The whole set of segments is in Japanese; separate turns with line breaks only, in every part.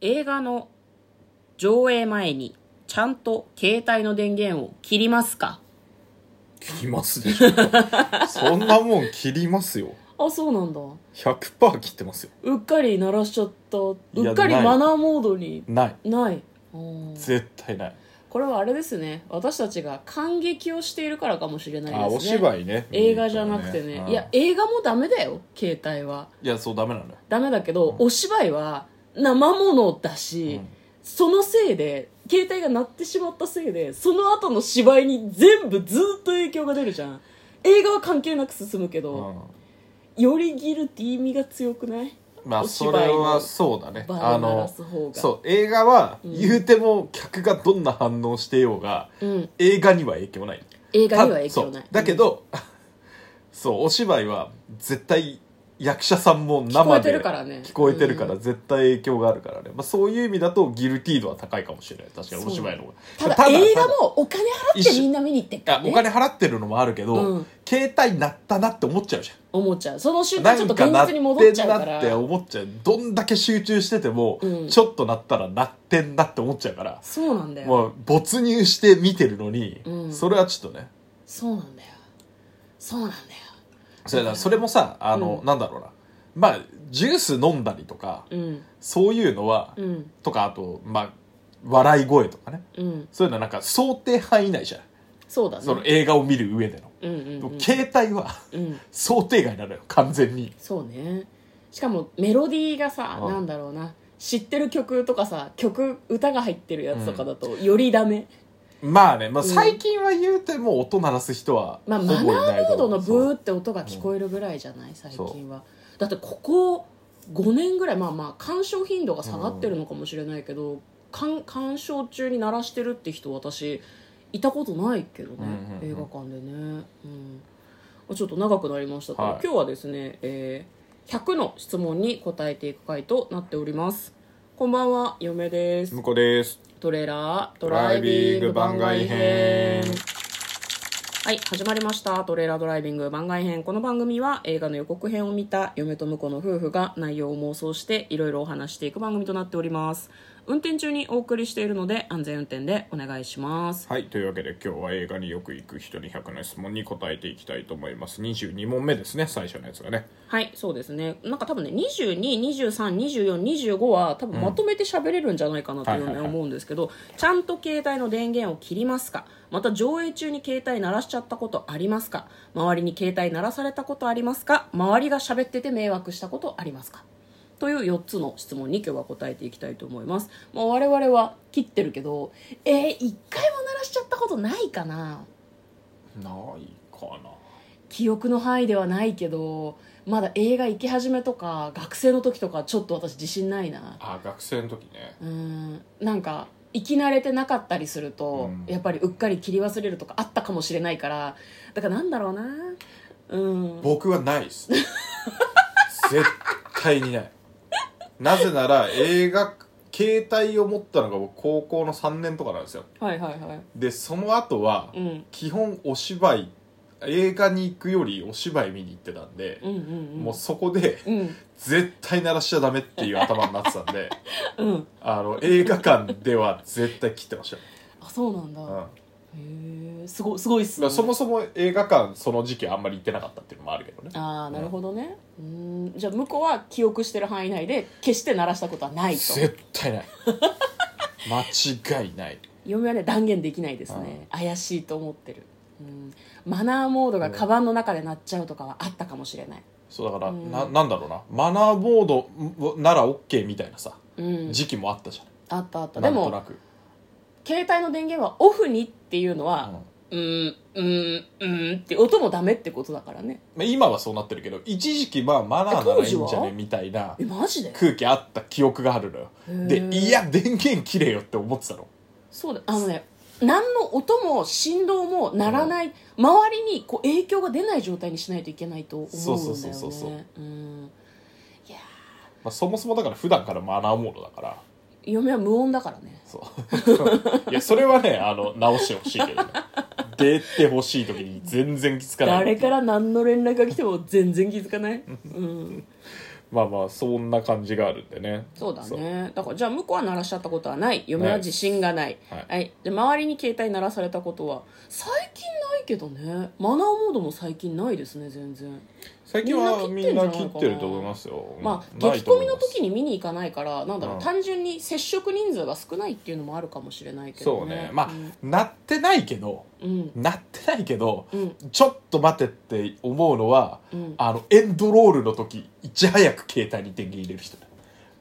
映画の上映前にちゃんと携帯の電源を切りますか
切りますでしょ そんなもん切りますよ
あそうなんだ
100%切ってますよ
うっかり鳴らしちゃったう
いや
っかり
ない
マナーモードに
ない
ないあー
絶対ない
これはあれですね私たちが感激をしているからかもしれないですね
あお芝居ね
映画じゃなくてね、
うん
いや映画もダメだよ携帯はい
やそうダメなんだよ、
ダメだけど、お芝居は生ものだし、
うん
そのせいで携帯が鳴ってしまったせいでその後の芝居に全部ずっと影響が出るじゃん映画は関係なく進むけど、よりギルティー味が強くない
うんまあ
お芝
そ
居の
れはそうだね
場
あ
を鳴ら
の
す方が
そう映画は
うん
言うても客がどんな反応してようが、
う、ん、
映画には影響ない
映画には影響
た
ない
そうだけど、 そうお芝居は絶対役者さんも生で
聞こえてるからね
聞こえてるから
うん
絶対影響があるからね、まあ、そういう意味だとギルティードは高いかもしれない確かに
そう
お芝居の方が
ただ映画
ただ
もお金払ってみんな見に行ってっ
い
か
や
ら、ね、
お金払ってるのもあるけど、
うん
携帯鳴ったなって思っちゃうじゃん
思っちゃうその瞬
な
間ちょっ
ん
と
か
現
鳴っ
実に戻
て
っちゃ
ん
うか
なって
ら
思っちゃうどんだけ集中してても、
うん
ちょっと鳴ったら鳴ってんなって思っちゃうから
そうなんだよ、
もう没入して見てるのに、
うん
それはちょっとね
そうなんだよそうなんだよ
それだそれもさあの、
うん
なんだろうなまあジュース飲んだりとか
うん
そういうのは、
うん
とかあとまあ笑い声とかね
うん
そういうのはなんか想定範囲内じゃん
そうだね
その映画を見る上での、
うんうん
で
うん
も携帯は
うん
想定外なのよ完全に
そうねしかもメロディーがさ
うん
なんだろうな知ってる曲とかさ曲歌が入ってるやつとかだとよりダメ、
まあね、まあ、
うん
最近は言うても音鳴らす人は
まあ、
ほ
マナー
ぼいない
モー
と
ド
思
の
う
ブーって音が聞こえるぐらいじゃない最近はだってここ5年ぐらいまあまあ鑑賞頻度が下がってるのかもしれないけど、鑑鑑賞中に鳴らしてるって人私いたことないけどね、
うんうんうん
映画館でね、うんあ、ちょっと長くなりましたけど、
はい
今日はですね、えー100の質問に答えていく回となっておりますこんばんは嫁です
向こうです
トレーラードライビング番外編はい始まりましたトレーラードライビング番外編この番組は映画の予告編を見た嫁と婿の夫婦が内容を妄想していろいろお話していく番組となっております運転中にお送りしているので安全運転でお願いします
はいというわけで今日は映画によく行く人に100の質問に答えていきたいと思います22問目ですね最初のやつがね
はいそうですねなんか多分ね22232425は多分まとめて喋れるんじゃないかなという
は
ね
いはいはい
思うんですけどちゃんと携帯の電源を切りますかまた上映中に携帯鳴らしちゃったことありますか周りに携帯鳴らされたことありますか周りが喋ってて迷惑したことありますかという4つの質問に今日は答えていきたいと思います、まあ、我々は切ってるけどえー、一回も鳴らしちゃったことないかな
ないかな
記憶の範囲ではないけどまだ映画行き始めとか学生の時とかちょっと私自信ないな
あ学生の時ね
うんなんか行き慣れてなかったりすると、
うん
やっぱりうっかり切り忘れるとかあったかもしれないからだからなんだろうなうん
僕はないっす絶対にないなぜなら映画携帯を持ったのが僕高校の3年とかなんですよ
はいはいは
でその後は、
い、うん、
基本お芝居映画に行くよりお芝居見に行ってたんで
う、んうんうん
もうそこで
うん
絶対鳴らしちゃダメっていう頭になってたんで
うん
あの映画館では絶対切ってましたよ、
あそうなんだ、
うんだか
へえすごすごいっすね
らそもそも映画館その時期あんまり行ってなかったっていうのもあるけどね
ああなるほどねうんじゃあ向こうは記憶してる範囲内で決して鳴らしたことはないと
絶対ない 間違いない
嫁はね断言できないですね怪しいと思ってる、うん、マナーモードがカバンの中で鳴っちゃうとかはあったかもしれない、
そうだから、
うん
ななんだろうなマナーボードなら OK みたいなさ、
うん、
時期もあったじゃ
あったあった
ん
で
なんとな
も
く、
携帯の電源はオフにっていうの
うん
はうんうんうんって音もダメってことだからね
まあ、今はそうなってるけど一時期まあマナーならいいん
当
じ
時
ゃね
は
みたいな
えマジで
空気あった記憶があるのよ
へ
で
ー
いや電源切れよって思ってたの
そうだあのね何の音も振動も鳴らない、周りにこう影響が出ない状態にしないといけないと思うんだよね
そうそうそうそう
うん
まあ、そもそもだから普段からマナーモードだから
嫁は無音だからね
そう いやそれはねあの直してほしいけどね出てほしい時に全然気づかない
誰 から何の連絡が来ても全然気づかない、うん、
まあまあそんな感じがあるんでね
そうだねだからじゃあ向こうは鳴らしちゃったことはない嫁は
ない
自信がない
はい
で周りに携帯鳴らされたことは最近ないけどねマナーモードも最近ないですね全然、
最近は
み
み
ん
ん
な
な
切
切
っ
ってて
んじゃないかな
ると思いますよ
まあ
な
激
いと
混
思
み
い
の
ます
時に見に行かないからなんだろう、
うん
単純に接触人数が少ないっていうのもあるかもしれないけど、
そうねまあ、なってないけど
うん
なってないけど
うんうん
ちょっと待てって思うのは
うん
あのエンドロールの時いち早く携帯に電源入れる人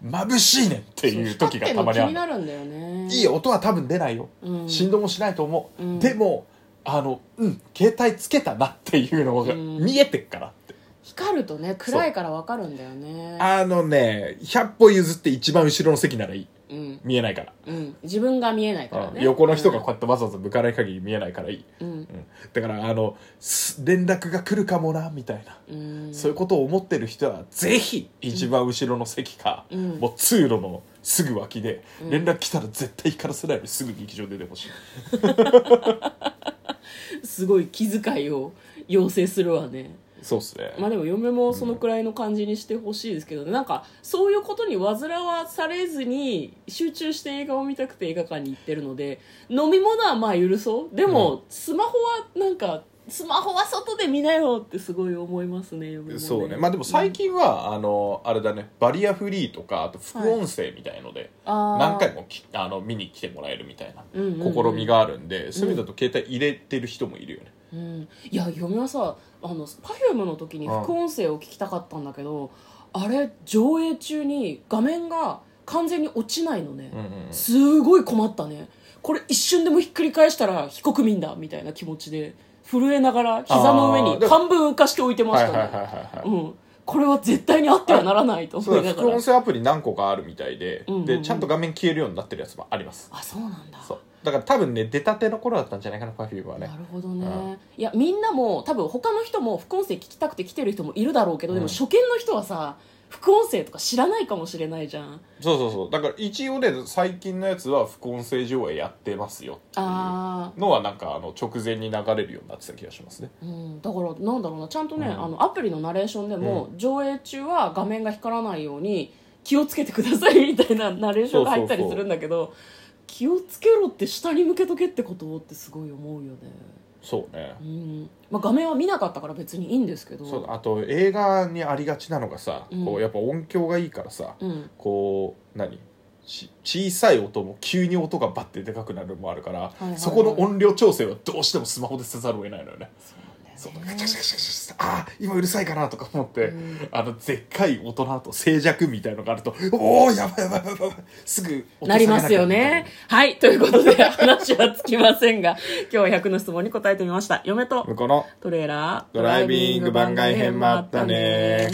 眩しいねんっていう時がたまに
そう光ってんの気
あ
にな
る
るんだよね
いい、音は多分出ないよ、
うん、
振動もしないと思う、
うん
でもあのうん携帯つけたなっていうのが
うん
見えてっからって、
光るとね暗いから分かるんだよね
あのね100歩譲って一番後ろの席ならいい
うん
見えないから
うん、自分が見えないからね
横の人がこうやってわざわざ向かない限り見えないからいい、
うん、
うんだからあのす連絡が来るかもなみたいな、
うん、
そういうことを思ってる人はぜひ一番後ろの席か、
うん
もう通路のすぐ脇で
うん
連絡来たら絶対光らせないようにすぐ劇場出てほしい、
すごい気遣いを要請するわね
そうっすね、
まあでも嫁もそのくらいの感じにしてほしいですけどね、なんかそういうことに煩わされずに集中して映画を見たくて映画館に行ってるので飲み物はまあ許そうでも、スマホはなんかスマホは外で見なよってすごい思いますね嫁も
そうねまあでも最近は、あのあれだねバリアフリーとかあと副音声みたいので、何
何
回もきあの見に来てもらえるみたいな
うんうんうん
試みがあるんで、そういう意味だと携帯入れてる人もいるよね、
うん、いや嫁はさあの Perfume の時に副音声を聞きたかったんだけど、あれ上映中に画面が完全に落ちないのね、
うんうんうん
すごい困ったねこれ一瞬でもひっくり返したら非国民だみたいな気持ちで震えながら膝の上
あー
に
でも
半分浮かしておいてま
はい
した
はいはい
ね
はいはい
うんこれは絶対にあってはならないと
そ
思
う
い
だ
なが
副
ら
音声アプリ何個かあるみたいで、
うんうんうん
でちゃんと画面消えるようになってるやつもあります
あそうなんだ
そうだから多分ね出たての頃だったんじゃないかな Perfume はね
なるほどね、
うん
いやみんなも多分他の人も副音声聞きたくて来てる人もいるだろうけど、でも
うん
初見の人はさ副音声とか知らないかもしれないじゃん
そうそうそうだから一応ね最近のやつは副音声上映やってますよっていう
あ
のはなんかあの直前に流れるようになってた気がしますね
うん、だからなんだろうなちゃんとね、
うん
あのアプリのナレーションでも、上映中は画面が光らないように気をつけてくださいみたいな ナレーションが入ったりするんだけど気をつけろって下に向けとけってことってすごい思うよね、
そうね
うんまあ、画面は見なかったから別にいいんですけど
そうだあと映画にありがちなのがさ、
うん
こうやっぱ音響がいいからさ、
うん、
こう何ち小さい音も急に音がバッてでかくなるのもあるから、
いはいはい
そこの音量調整はどうしてもスマホでせざるを得ないのよね
そう
そう
なんだ
カ
よ
チ
ね
ャカチャカチャカチャああ今うるさいかなとか思って、
うん
あのでっかい音の後静寂みたいのがあるとおおやばいやばいやばいやばいすぐ音
なりますよね。はい。ということで、話はつきませんが、今日は100の質問に答えてみました。嫁と
向こうの
トレーラー、
ドライビング番外編もあったね